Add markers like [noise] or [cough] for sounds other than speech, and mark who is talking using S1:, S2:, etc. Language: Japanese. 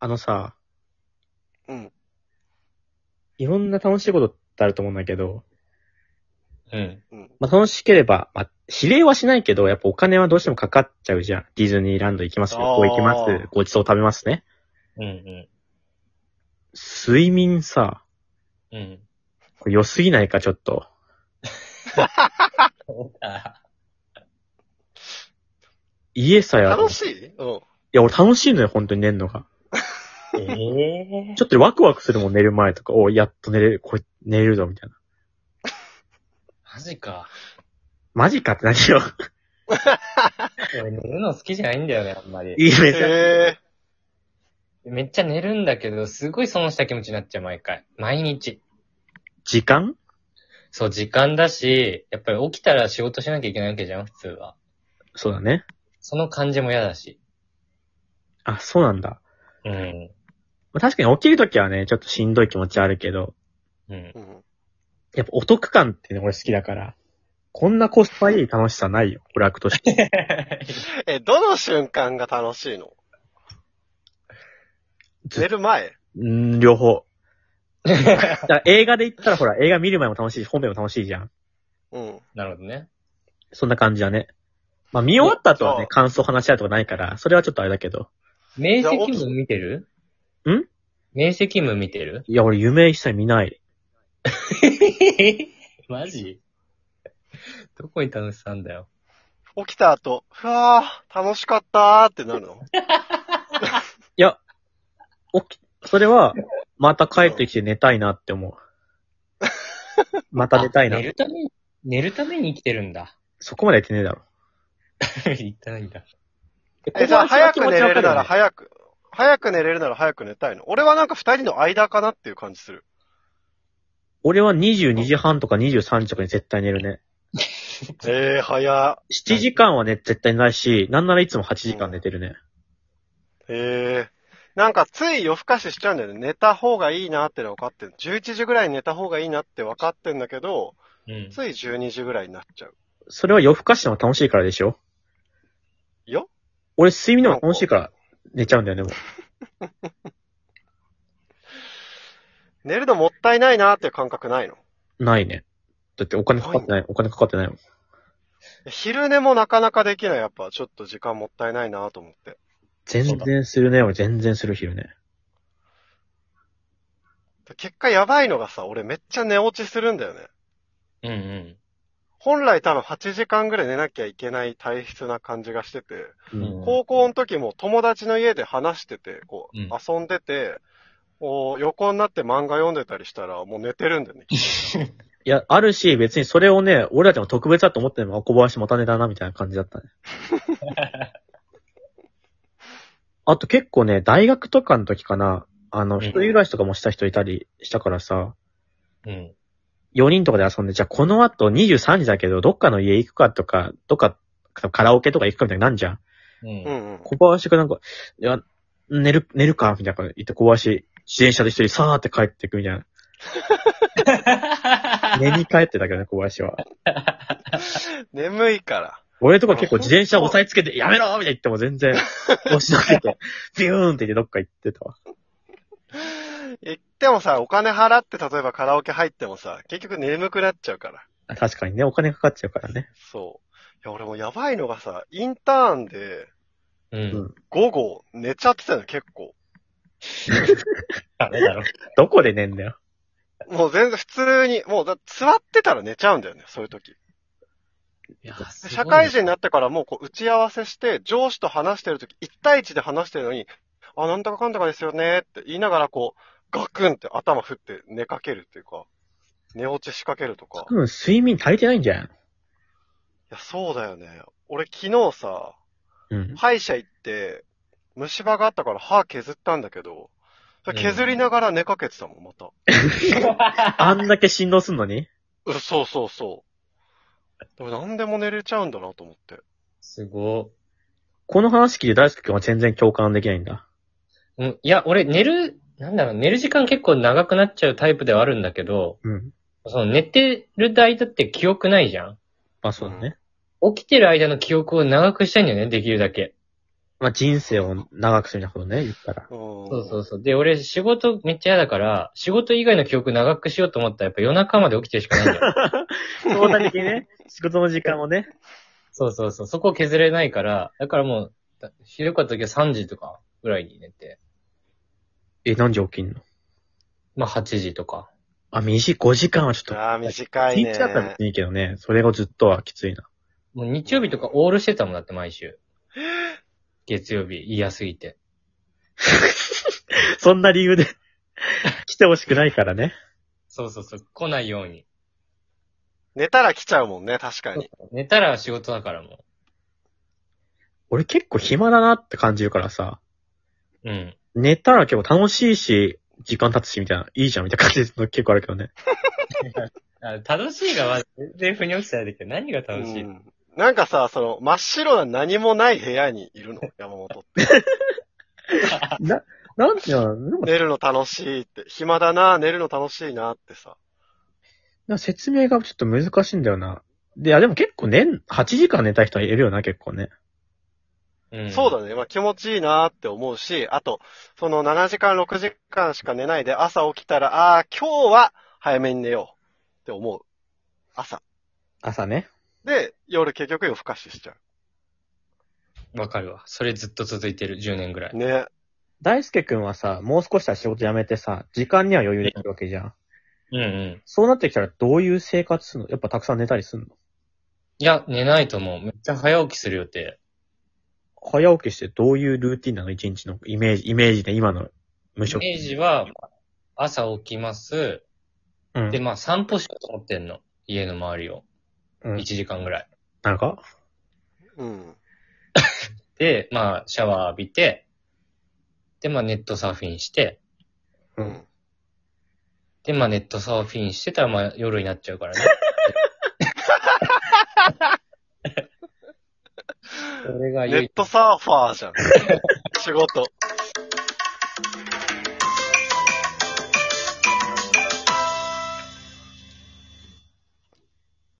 S1: あのさ、
S2: うん。
S1: いろんな楽しいことってあると思うんだけど、
S3: うん。
S2: うん。
S1: まあ、楽しければ、まあ、指令はしないけど、やっぱお金はどうしてもかかっちゃうじゃん。ディズニーランド行きます、旅行行きま
S2: あー
S1: す、ごちそう食べますね。
S3: うんう
S1: 睡眠さ、
S3: ん。うん。
S1: これ良すぎないか、ちょっと。
S3: あ
S1: 家さや、
S2: 楽
S1: い
S2: しいうん。
S1: や、俺楽しいのよ、本当に寝るのが。
S3: ええ
S1: ちょっとワクワクするもん、寝る前とか。おやっと寝れる、これ、寝れるぞ、みたいな。
S3: マジか。
S1: マジかって何
S2: [laughs]
S1: よ。
S3: 俺寝るの好きじゃないんだよね、あんまり。
S1: いい目線。
S2: へえ。
S3: めっちゃ寝るんだけど、すごい損した気持ちになっちゃう、毎回。毎日。
S1: 時間
S3: そう、時間だし、やっぱり起きたら仕事しなきゃいけないわけじゃん、普通は。
S1: そうだね。
S3: その感じも嫌だし。
S1: あ、そうなんだ。
S3: うん。
S1: まあ確かに起きるときはね、ちょっとしんどい気持ちはあるけど、
S3: うん。
S2: うん。
S1: やっぱお得感っていうの俺好きだから、こんなコスパいい楽しさないよ、娯楽として。
S2: え、どの瞬間が楽しいの
S1: ず
S2: 寝る前
S1: うん、両方。 [laughs] だから映画で言ったらほら、映画見る前も楽しいし、本編も楽しいじゃん。
S2: うん。
S3: なるほどね。
S1: そんな感じだね。まあ見終わった後は
S2: そ
S1: ね、
S2: う
S1: 感想話し合うとかないから、それはちょっとあれだけど。
S3: 明晰夢見てる
S1: ん
S3: 明晰夢見てる
S1: いや、俺夢一切見ない。
S3: [laughs] マジどこに楽しさあんだよ。
S2: 起きた後、ふわー、楽しかったーってなるの
S1: それは、また帰ってきて寝たいなって思う。
S2: [laughs]
S1: また寝たいな
S3: あ寝。るために、寝るために生きてるんだ。
S1: そこまでやってねえだろ。
S3: 言ってないんだ。
S2: え、じゃあ早く寝れるなら
S1: ら
S2: 早く、早く寝れるなら早く寝たいの。俺はなんか二人の間かなっていう感じする。
S1: 俺は22時半とか23時とかに絶対寝るね。
S2: えー、早。
S1: 7時間はね、絶対ないし、なんならいつも8時間寝てるね。
S2: えー。なんかつい夜更かししちゃうんだよね。寝た方がいいなってのは分かってる。11時ぐらいに寝た方がいいなって分かってんだけど、
S3: うん。
S2: つい12時ぐらいになっちゃう。
S1: それは夜更かしの方が楽しいからでしょ
S2: よ
S1: 俺、睡眠の方が楽しいから寝ちゃうんだよね、もう。
S2: 寝るのもったいないなっていう感覚ないの
S1: ないね。だってお金かかってない、お金かかってないもん。
S2: 昼寝もなかなかできない。やっぱちょっと時間もったいないなと思って。
S1: 全然するね、俺全然する昼ね。
S2: で結果やばいのがさ、俺めっちゃ寝落ちするんだよね。
S3: うんうん。
S2: 本来多分8時間ぐらい寝なきゃいけない体質な感じがしてて、
S1: うん。
S2: 高校の時も友達の家で話してて、こう、
S3: うん
S2: 遊んでて、こう横になって漫画読んでたりしたらもう寝てるんだよね。
S1: いや、あるし、別にそれをね、俺たちも特別だと思ってるのも、あ、小林また寝たな、みたいな感じだ [laughs] ったね。あと結構ね、大学とかの時かな、あの、
S3: ん
S1: 一人暮らしとかもした人いたりしたからさ、
S3: うん。
S1: 4人とかで遊んで、じゃあこの後23時だけど、どっかの家行くかとか、どっかカラオケとか行くかみたいになんじゃん。
S3: う。
S2: うんんうん。
S1: 小林がなんか、いや、寝る、寝るかみたいなこと言って、小林、自転車で一人さーって帰っていくみ
S3: [laughs]
S1: たいな。寝に帰ってたけどね、小林は。
S2: 眠いから。
S1: 俺とか結構自転車押さえつけて、やめろみたいな言っても全然、押しなくて、ビューンって言ってどっか行ってたわ。
S2: 行ってもさ、お金払って例えばカラオケ入ってもさ、結局眠くなっちゃうから。
S1: あ確かにね、お金かかっちゃうからね。
S2: そう。いや、俺もやばいのがさ、インターンで、
S3: うん。
S2: 午後、寝ちゃってたの結構。
S3: ダメだろ。
S1: どこで寝んだよ。
S2: もう全然普通に、もうだ座ってたら寝ちゃうんだよね、そういう時。
S3: いや、すごいね
S2: 社会人になってからもうこう打ち合わせして、上司と話してる時、1対1で話してるのに、あ、なんとかかんとかですよねって言いながらこう、ガクンって頭振って寝かけるっていうか、寝落ち仕掛けるとか。
S1: うん、睡眠足りてないんじゃん。
S2: いや、そうだよね。俺昨日さ、
S1: うん。
S2: 歯医者行って、虫歯があったから歯削ったんだけど、それ削りながら寝かけてたもん、また。
S1: あんだけ振動すんのに
S2: うん、そうそうそう。でも何でも寝れちゃうんだなと思って。
S3: すご
S1: この話聞いて大輔君は全然共感できないんだ。
S3: い。うん。いや、俺寝る、なんだろう、寝る時間結構長くなっちゃうタイプではあるんだけど、
S1: うん。
S3: その寝てる間って記憶ないじゃん
S1: まあそうだね。
S3: 起きてる間の記憶を長くしたいんだよね、できるだけ。
S1: まあ、人生を長くするようなことね、言ったら。
S2: そ
S3: そうそうそう。で、俺仕事めっちゃ嫌だから、仕事以外の記憶長くしようと思ったらやっぱ夜中まで起きてるしかないんだよ。
S1: そうだにね、仕事の時間をね。
S3: そうそうそう。そこ削れないから、だからもう、だひどかった時は3時とかぐらいに寝て、
S1: え、何時起きんの
S3: まあ8時とか。
S1: あ、短い、5時間はちょっと。
S2: ああ、短いね。
S1: 一日だったら別にいいけどね、それをずっとはきついな。
S3: もう日曜日とかオールしてたもんだって毎週。月曜日嫌すぎて。
S1: そんな理由で [laughs] 来てほしくないからね。
S3: そうそうそう。来ないように。
S2: 寝たら来ちゃうもんね、確かに。
S3: 寝たら仕事だからも
S1: 俺結構暇だなって感じるからさ、
S3: う。うん。
S1: 寝たら結構楽しいし、時間経つしみたいな、いいじゃんみたいな感じの結構あるけどね。
S3: あ楽しいがまず全然腑に落ちてないんだけど、何が楽しい、
S2: うんなんかさ、その、真っ白な何もない部屋にいるの、山本って。
S1: な、なんていうのなんか
S2: 寝るの楽しいって。暇だな、寝るの楽しいなってさ。
S1: なんか説明がちょっと難しいんだよな。で、いやでも結構年、8時間寝た人はいるよな、結構ね。
S3: うん
S2: そうだね。まあ気持ちいいなって思うし、あと、その7時間、6時間しか寝ないで朝起きたら、ああー、今日は早めに寝ようって思う。朝。
S1: 朝ね。
S2: で、夜結局夜更かししちゃ
S3: わかるわ。それずっと続いてる、10年ぐら
S2: う。
S3: い。
S2: ね。
S1: 大輔くんはさ、もう少したら仕事辞めてさ、時間には余裕できるわけじゃん。
S3: うんうん。
S1: そうなってきたらどういう生活するのやっぱたくさん寝たりするの
S3: いや、寝ないと思う。めっちゃ早起きする予定。
S1: 早起きしてどういうルーティンなの一日のイメージ、イメージで今の無
S3: イ
S1: 職。
S3: メージは、朝起きます。
S1: うん
S3: で、まあ散歩しようと思ってんの。家の周りを。
S1: う
S3: 1
S1: ん。
S3: 時間ぐらい。
S1: なんか
S2: うん。
S3: で、まあシャワー浴びて、で、まあネットサーフィンして、
S1: う
S2: うんん。
S3: で、まあネットサーフィンしてたら、まあ夜になっちゃうからね。それが
S2: ネ
S3: 唯
S2: ッ
S3: 一
S2: トサーファーじゃん。仕事。